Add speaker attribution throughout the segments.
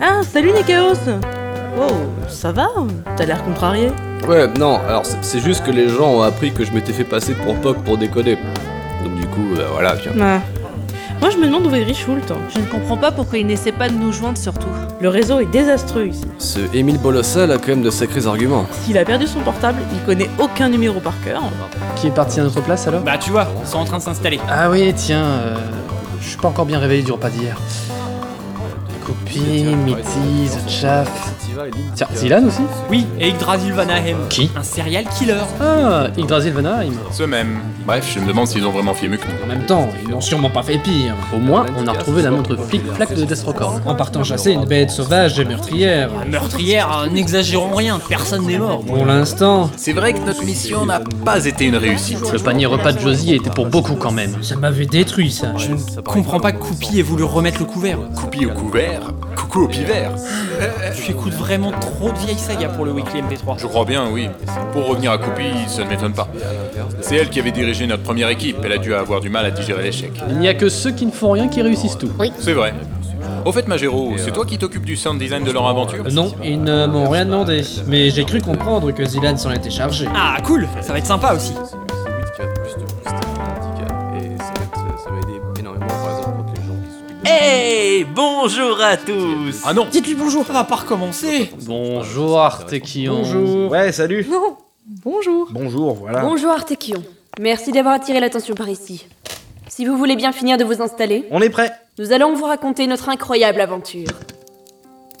Speaker 1: Ah, Salut Nikaos Oh, ça va T'as l'air contrarié
Speaker 2: Ouais, non, alors c'est- c'est juste que les gens ont appris que je m'étais fait passer pour Poc pour déconner. Donc du coup, euh, voilà, tiens.
Speaker 1: Ouais. Moi je me demande où est Richult.
Speaker 3: Je ne comprends pas pourquoi il n'essaie pas de nous joindre surtout.
Speaker 1: Le réseau est désastreux ici.
Speaker 2: Ce Émile Bolossal a quand même de sacrés arguments.
Speaker 1: S'il a perdu son portable, il connaît aucun numéro par cœur.
Speaker 4: Qui est parti à notre place alors
Speaker 5: Bah tu vois, ils sont en train de s'installer.
Speaker 4: Ah oui, tiens, euh, je suis pas encore bien réveillé du repas d'hier. Copine, métise, chaff. Tiens, Zilan aussi
Speaker 5: Oui, et Yggdrasil Vanahem.
Speaker 4: Qui
Speaker 5: Un serial killer.
Speaker 4: Ah, Yggdrasil Vanaheim.
Speaker 6: Ce même. Bref, je me demande s'ils ont vraiment fait mieux que nous.
Speaker 4: En même temps, ils n'ont sûrement pas fait pire. Au moins, on a retrouvé la montre flic-flac de Destrocorn. En partant chasser une bête sauvage et meurtrière.
Speaker 5: Meurtrière, euh, n'exagérons rien, personne n'est mort.
Speaker 4: Pour l'instant,
Speaker 6: C'est vrai que notre mission n'a pas été une réussite.
Speaker 4: le panier repas de Josie était pour beaucoup quand même. Ça m'avait détruit ça.
Speaker 5: Je ne comprends pas que Coupi ait voulu remettre le couvert.
Speaker 6: Coupi au couvert, coucou au pivert.
Speaker 4: Euh,
Speaker 5: Tu écoutes vraiment trop de vieilles sagas pour le Weekly MP3.
Speaker 6: Je crois bien, oui. Pour revenir à Coupi, ça ne m'étonne pas. C'est elle qui avait dirigé notre première équipe. Elle a dû avoir du mal à digérer l'échec.
Speaker 4: Il n'y a que ceux qui ne font rien qui réussissent tout.
Speaker 6: C'est vrai. Au fait, Magéro, c'est toi qui t'occupes du sound design de leur aventure
Speaker 4: Euh, Non, ils ne m'ont rien demandé, mais j'ai cru comprendre que Zilan s'en était chargé.
Speaker 5: Ah cool, ça va être sympa aussi.
Speaker 7: Hey Bonjour à tous
Speaker 6: Ah non
Speaker 5: Dites-lui bonjour, ça va pas recommencer.
Speaker 4: Bonjour Artekion.
Speaker 8: Ouais, salut.
Speaker 9: Non, bonjour.
Speaker 8: Bonjour,
Speaker 10: Ah.
Speaker 8: voilà.
Speaker 9: Bonjour Artekion. Merci d'avoir attiré l'attention par ici. Si vous voulez bien finir de vous installer,
Speaker 8: On est prêt.
Speaker 9: nous allons vous raconter notre incroyable aventure.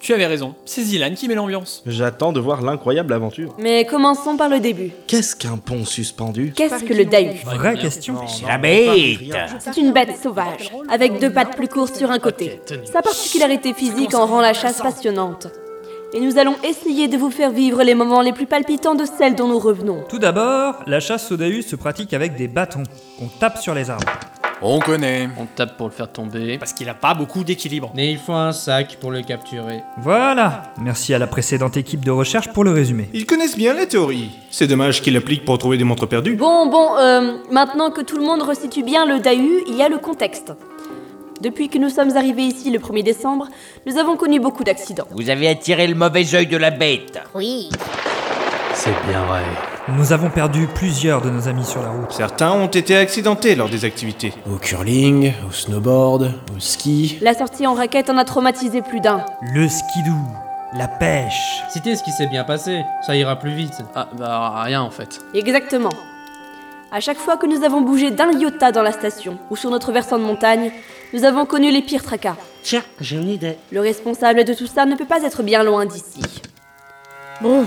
Speaker 5: Tu avais raison, c'est Zilan qui met l'ambiance.
Speaker 8: J'attends de voir l'incroyable aventure.
Speaker 9: Mais commençons par le début.
Speaker 8: Qu'est-ce qu'un pont suspendu
Speaker 9: Qu'est-ce que le Dahu
Speaker 5: Vraie question.
Speaker 7: C'est la bête
Speaker 9: C'est une bête sauvage, avec deux pattes plus courtes sur un côté. Sa particularité physique en rend la chasse passionnante. Et nous allons essayer de vous faire vivre les moments les plus palpitants de celle dont nous revenons.
Speaker 11: Tout d'abord, la chasse au Dahu se pratique avec des bâtons qu'on tape sur les arbres.
Speaker 6: On connaît.
Speaker 4: On tape pour le faire tomber.
Speaker 5: Parce qu'il a pas beaucoup d'équilibre.
Speaker 4: Mais il faut un sac pour le capturer.
Speaker 11: Voilà Merci à la précédente équipe de recherche pour le résumé.
Speaker 12: Ils connaissent bien les théories. C'est dommage qu'ils l'appliquent pour trouver des montres perdues.
Speaker 9: Bon, bon, euh, maintenant que tout le monde resitue bien le Dahu, il y a le contexte. Depuis que nous sommes arrivés ici le 1er décembre, nous avons connu beaucoup d'accidents.
Speaker 7: Vous avez attiré le mauvais œil de la bête
Speaker 4: C'est bien vrai.
Speaker 11: Nous avons perdu plusieurs de nos amis sur la route.
Speaker 12: Certains ont été accidentés lors des activités.
Speaker 8: Au curling, au snowboard, au ski.
Speaker 9: La sortie en raquette en a traumatisé plus d'un.
Speaker 11: Le skidoo, la pêche.
Speaker 4: Citez ce qui s'est bien passé, ça ira plus vite. Ah bah rien en fait.
Speaker 9: Exactement. À chaque fois que nous avons bougé d'un iota dans la station ou sur notre versant de montagne, nous avons connu les pires tracas.
Speaker 7: Tiens, j'ai une idée.
Speaker 9: Le responsable de tout ça ne peut pas être bien loin d'ici.
Speaker 3: Oh,
Speaker 1: Bon,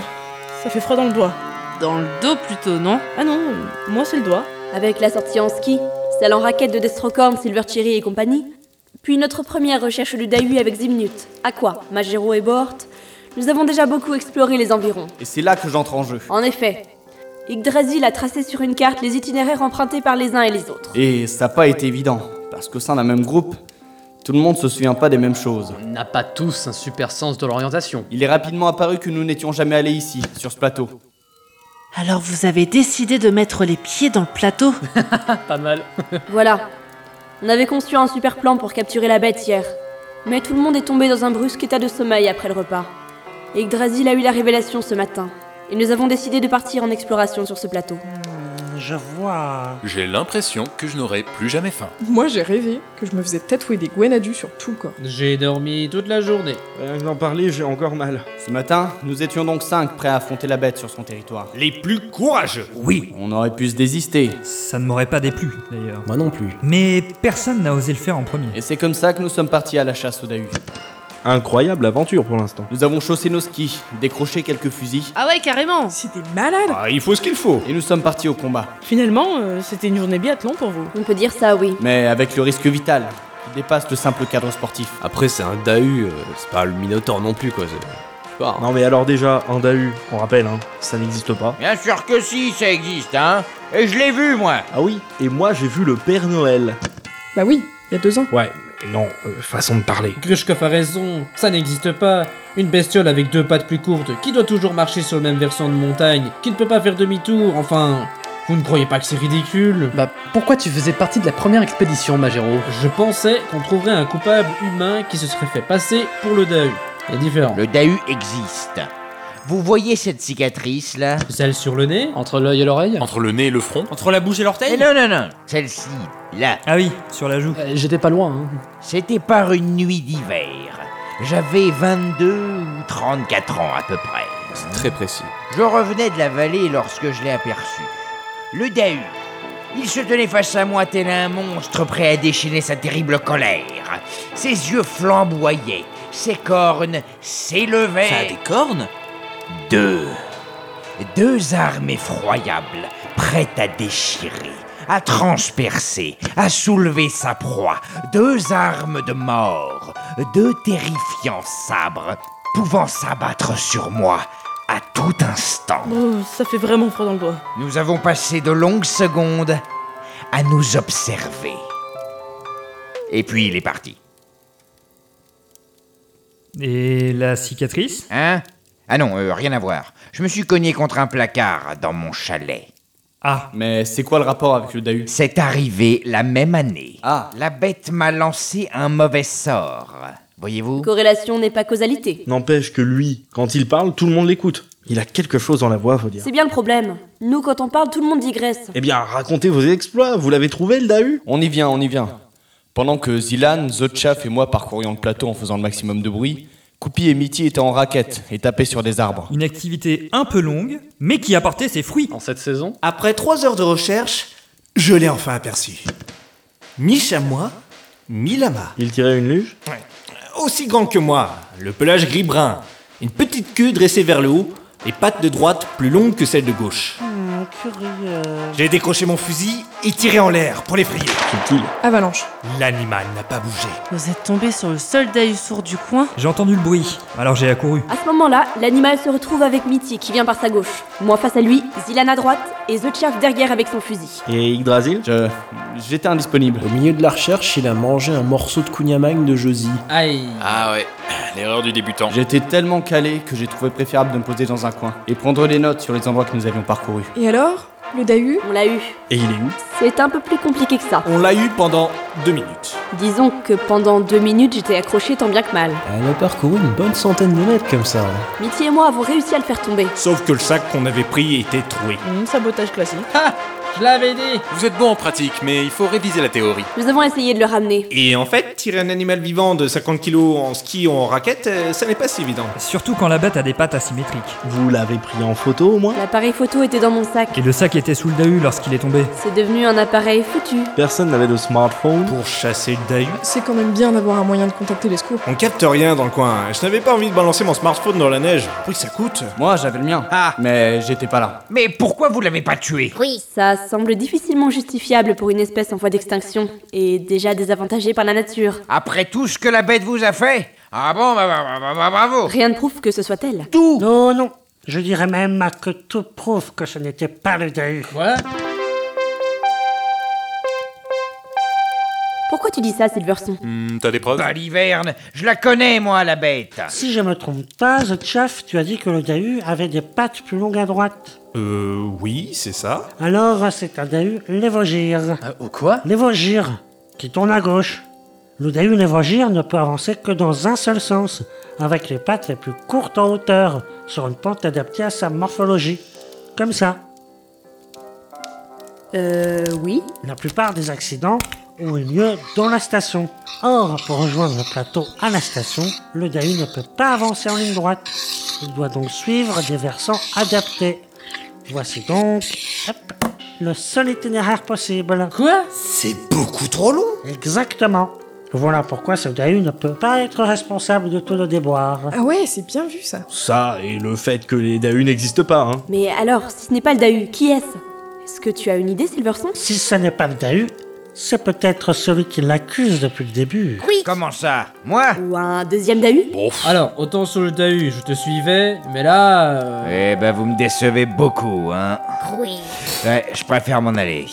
Speaker 1: ça fait froid dans le doigt.
Speaker 3: Dans le dos plutôt, non
Speaker 1: Ah non, moi c'est le doigt.
Speaker 9: Avec la sortie en ski, celle en raquette de Destrocorn, Silver Cherry et compagnie, puis notre première recherche du Dahu avec Zimnut, Aqua, Magero et Bort, nous avons déjà beaucoup exploré les environs.
Speaker 8: Et c'est là que j'entre en jeu.
Speaker 9: En effet, Yggdrasil a tracé sur une carte les itinéraires empruntés par les uns et les autres.
Speaker 8: Et ça n'a pas été évident, parce qu'au sein d'un même groupe, tout le monde se souvient pas des mêmes choses.
Speaker 4: On n'a pas tous un super sens de l'orientation.
Speaker 8: Il est rapidement apparu que nous n'étions jamais allés ici, sur ce plateau.
Speaker 3: Alors vous avez décidé de mettre les pieds dans le plateau
Speaker 4: Pas mal.
Speaker 9: Voilà. On avait conçu un super plan pour capturer la bête hier. Mais tout le monde est tombé dans un brusque état de sommeil après le repas. Yggdrasil a eu la révélation ce matin. Et nous avons décidé de partir en exploration sur ce plateau.
Speaker 11: Je vois.
Speaker 6: J'ai l'impression que je n'aurai plus jamais faim.
Speaker 13: Moi, j'ai rêvé que je me faisais tatouer des Gwenadus sur tout le corps.
Speaker 4: J'ai dormi toute la journée.
Speaker 10: Euh,
Speaker 8: Rien que d'en parler, j'ai encore mal. Ce matin, nous étions donc cinq prêts à affronter la bête sur son territoire.
Speaker 12: Les plus courageux.
Speaker 11: Oui,
Speaker 8: On aurait pu se désister.
Speaker 11: ça ne m'aurait pas déplu d'ailleurs.
Speaker 8: Moi non plus.
Speaker 11: Mais personne n'a osé le faire en premier.
Speaker 8: Et c'est comme ça que nous sommes partis à la chasse au Dahu.
Speaker 12: Incroyable aventure pour l'instant.
Speaker 8: Nous avons chaussé nos skis, décroché quelques fusils,
Speaker 3: Ah ouais, carrément
Speaker 13: C'était malade
Speaker 12: Ah, il faut ce qu'il faut.
Speaker 8: et nous sommes partis au combat.
Speaker 1: Finalement, euh, c'était une journée biathlon pour vous.
Speaker 9: On peut dire ça, oui.
Speaker 8: Mais avec le risque vital, qui dépasse le simple cadre sportif.
Speaker 2: Après, c'est un Dahu, euh, c'est pas le Minotaur non plus, quoi. c'est- je sais
Speaker 6: Ah.
Speaker 2: pas, hein.
Speaker 12: Non mais alors déjà, un Dahu, on rappelle, hein, ça n'existe pas.
Speaker 7: Bien sûr que si, ça existe, hein Et je l'ai vu, moi
Speaker 8: Ah oui, et moi j'ai vu le Père Noël.
Speaker 13: Bah oui, il y a deux ans.
Speaker 12: Ouais, mais non, euh, façon de parler.
Speaker 4: Grushkov a raison, ça n'existe pas. Une bestiole avec deux pattes plus courtes, qui doit toujours marcher sur le même versant de montagne, qui ne peut pas faire demi-tour, enfin... Vous ne croyez pas que c'est ridicule Bah, pourquoi tu faisais partie de la première expédition, Magero Je pensais qu'on trouverait un coupable humain qui se serait fait passer pour le Dahu.
Speaker 14: est différent.
Speaker 7: Le Dahu existe. Vous voyez cette cicatrice là
Speaker 14: Celle sur le nez
Speaker 15: Entre l'œil et l'oreille
Speaker 6: Entre le nez et le front
Speaker 5: Entre la bouche et l'orteil
Speaker 7: Non, non, non. Celle-ci, là.
Speaker 16: Ah oui, sur la joue.
Speaker 15: J'étais pas loin.
Speaker 4: hein.
Speaker 7: C'était par une nuit d'hiver. J'avais 22 ou 34 ans à peu près.
Speaker 17: C'est très précis.
Speaker 7: Je revenais de la vallée lorsque je l'ai aperçu. Le Dahu. Il se tenait face à moi tel un monstre prêt à déchaîner sa terrible colère. Ses yeux flamboyaient, ses cornes s'élevaient.
Speaker 5: Ça a des cornes
Speaker 7: Deux. Deux armes effroyables, prêtes à déchirer, à transpercer, à soulever sa proie. Deux armes de mort, deux terrifiants sabres, pouvant s'abattre sur moi à tout instant.
Speaker 1: Oh, ça fait vraiment froid dans le doigt.
Speaker 7: Nous avons passé de longues secondes à nous observer. Et puis il est parti.
Speaker 16: Et la cicatrice
Speaker 7: Hein Ah non, euh, rien à voir. Je me suis cogné contre un placard dans mon chalet.
Speaker 16: Ah,
Speaker 7: mais c'est quoi le rapport avec le Dahu C'est arrivé la même année. Ah La bête m'a lancé un mauvais sort. Voyez-vous
Speaker 9: Corrélation n'est pas causalité.
Speaker 10: N'empêche que lui, quand il parle, tout le monde l'écoute. Il a quelque chose dans la voix, faut dire.
Speaker 9: C'est bien le problème. Nous, quand on parle, tout le monde digresse.
Speaker 10: Eh bien, racontez vos exploits, vous l'avez trouvé le Dahu
Speaker 8: On y vient, on y vient. Pendant que Zilan, The Chaff et moi parcourions le plateau en faisant le maximum de bruit, Coupi et Mitty étaient en raquette et tapaient sur des arbres.
Speaker 16: Une activité un peu longue, mais qui apportait ses fruits.
Speaker 15: En cette saison
Speaker 4: Ah,
Speaker 18: Après trois heures de recherche, je l'ai enfin aperçu. Mi-chamois, mi-lama.
Speaker 10: Il tirait une luge
Speaker 18: Aussi grand que moi, le pelage gris-brun, une petite queue dressée vers le haut, les pattes de droite plus longues que celles de gauche.
Speaker 19: curieux.
Speaker 18: J'ai décroché mon fusil et tiré en l'air pour l'effrayer.
Speaker 19: Avalanche.
Speaker 18: L'animal n'a pas bougé.
Speaker 20: Vous êtes tombé sur le seul daï sourd du coin
Speaker 16: J'ai entendu le bruit, alors j'ai accouru.
Speaker 9: À ce moment-là, l'animal se retrouve avec Mitty qui vient par sa gauche. Moi face à lui, Zilan à droite et The Chaff derrière avec son fusil.
Speaker 21: Et Yggdrasil Je. J'étais indisponible.
Speaker 15: Au milieu de la recherche, il a mangé un morceau de kouign-amann de Josie.
Speaker 14: Aïe.
Speaker 6: Ah ouais, l'erreur du débutant.
Speaker 8: J'étais tellement calé que j'ai trouvé préférable de me poser dans un coin et prendre des notes sur les endroits que nous avions parcourus.
Speaker 19: Et alors Le Dahu
Speaker 9: On l'a eu.
Speaker 8: Et il est où
Speaker 9: C'est un peu plus compliqué que ça.
Speaker 18: On l'a eu pendant deux minutes.
Speaker 9: Disons que pendant deux minutes, j'étais accroché tant bien que mal.
Speaker 15: Elle a parcouru une bonne centaine de mètres comme ça.
Speaker 9: Mitty et moi avons réussi à le faire tomber.
Speaker 18: Sauf que le sac qu'on avait pris était troué.
Speaker 1: Mmh, sabotage classique.
Speaker 14: Je l'avais dit
Speaker 6: Vous êtes bon en pratique, mais il faut réviser la théorie.
Speaker 9: Nous avons essayé de le ramener.
Speaker 18: Et en fait, tirer un animal vivant de 50 kilos en ski ou en raquette, euh, ça n'est pas si évident.
Speaker 16: Surtout quand la bête a des pattes asymétriques.
Speaker 10: Vous l'avez pris en photo au moins
Speaker 9: L'appareil photo était dans mon sac.
Speaker 16: Et le sac était sous le dahu lorsqu'il est tombé.
Speaker 9: C'est devenu un appareil foutu.
Speaker 10: Personne n'avait de smartphone.
Speaker 18: Pour chasser le dahu
Speaker 19: C'est quand même bien d'avoir un moyen de contacter les secours.
Speaker 18: On capte rien dans le coin. Je n'avais pas envie de balancer mon smartphone dans la neige. Après que ça coûte.
Speaker 8: Moi, j'avais le mien.
Speaker 7: Ah
Speaker 8: Mais j'étais pas là.
Speaker 7: Mais pourquoi vous l'avez pas tué
Speaker 9: Oui. Ça semble difficilement justifiable pour une espèce en voie d'extinction et déjà désavantagée par la nature.
Speaker 7: Après tout ce que la bête vous a fait Ah bon, bah, bah, bah, bah, bah, bravo
Speaker 9: Rien ne prouve que ce soit elle.
Speaker 7: Tout
Speaker 4: Non, non. Je dirais même que tout prouve que ce n'était pas le Dahu.
Speaker 14: Voilà.
Speaker 9: Pourquoi tu dis ça, Silverson
Speaker 6: Hmm, t'as des preuves
Speaker 7: Bah, Baliverne, je la connais, moi, la bête
Speaker 4: Si je me trompe pas, The Chaff, tu as dit que le Dahu avait des pattes plus longues à droite.
Speaker 18: Euh, oui, c'est ça.
Speaker 4: Alors, c'est un Dahu lévogire.
Speaker 15: Ah, Ou quoi
Speaker 4: Lévogire, qui tourne à gauche. Le Dahu lévogire ne peut avancer que dans un seul sens, avec les pattes les plus courtes en hauteur, sur une pente adaptée à sa morphologie. Comme ça.
Speaker 9: Euh, oui.
Speaker 4: La plupart des accidents ont eu lieu dans la station. Or, pour rejoindre le plateau à la station, le Dahu ne peut pas avancer en ligne droite. Il doit donc suivre des versants adaptés. Voici donc hop, le seul itinéraire possible.
Speaker 14: Quoi
Speaker 18: C'est beaucoup trop long.
Speaker 4: Exactement. Voilà pourquoi ce Dahu ne peut pas être responsable de tout le déboire.
Speaker 19: Ah ouais, c'est bien vu ça.
Speaker 10: Ça, et le fait que les Dahu n'existent pas, hein.
Speaker 9: Mais alors, si ce n'est pas le Dahu, qui est-ce Est-ce que tu as une idée, Silverson
Speaker 4: Si ce n'est pas le Dahu, c'est peut-être celui qui l'accuse depuis le début.
Speaker 7: Oui Comment ça Moi
Speaker 9: Ou un deuxième Dahu
Speaker 14: Alors, autant sur le Dahu, je te suivais, mais là. euh,
Speaker 7: Eh ben, vous me décevez beaucoup, hein Ouais, je préfère m'en aller.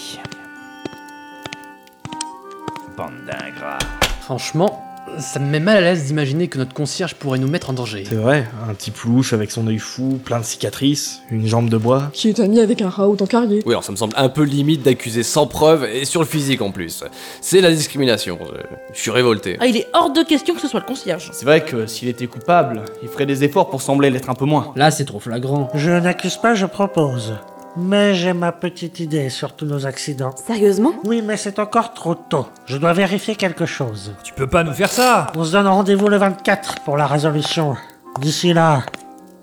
Speaker 7: Bande d'ingrats.
Speaker 15: Franchement,
Speaker 22: Ça me met mal à l'aise d'imaginer que notre concierge pourrait nous mettre en danger.
Speaker 10: C'est vrai, un type louche avec son œil fou, plein de cicatrices, une jambe de bois.
Speaker 23: Qui est ami avec un Raoult en carrier.
Speaker 8: Oui, alors ça me semble un peu limite d'accuser sans preuve et sur le physique en plus. C'est la discrimination. euh, Je suis révolté.
Speaker 1: Ah, il est hors de question que ce soit le concierge.
Speaker 24: C'est vrai que s'il était coupable, il ferait des efforts pour sembler l'être un peu moins.
Speaker 4: Là, c'est trop flagrant.
Speaker 7: Je n'accuse pas, je propose. Mais j'ai ma petite idée sur tous nos accidents.
Speaker 9: Sérieusement
Speaker 7: Oui, mais c'est encore trop tôt. Je dois vérifier quelque chose.
Speaker 25: Tu peux pas nous faire ça
Speaker 7: On se donne rendez-vous le 24 pour la résolution. D'ici là,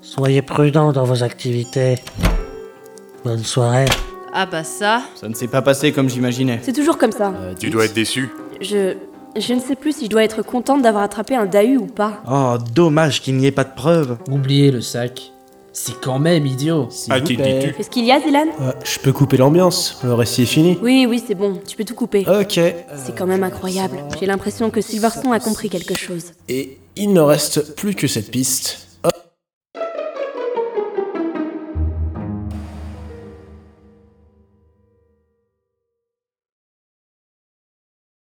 Speaker 7: soyez prudents dans vos activités. Bonne soirée.
Speaker 26: Ah bah ça.
Speaker 24: Ça ne s'est pas passé comme j'imaginais.
Speaker 9: C'est toujours comme ça.
Speaker 6: Tu dois être déçu.
Speaker 9: Je. Je ne sais plus si je dois être contente d'avoir attrapé un Dahu ou pas.
Speaker 10: Oh, dommage qu'il n'y ait pas de preuves.
Speaker 4: Oubliez le sac. C'est quand même idiot.
Speaker 10: Ah, qui dis-tu
Speaker 9: Qu'est-ce qu'il y a, Dylan
Speaker 27: Euh, Je peux couper l'ambiance, le récit est fini.
Speaker 9: Oui, oui, c'est bon, tu peux tout couper.
Speaker 7: Euh.
Speaker 27: Ok.
Speaker 9: C'est quand même incroyable. J'ai l'impression que Silverstone a compris quelque chose.
Speaker 27: Et il ne reste plus que cette piste.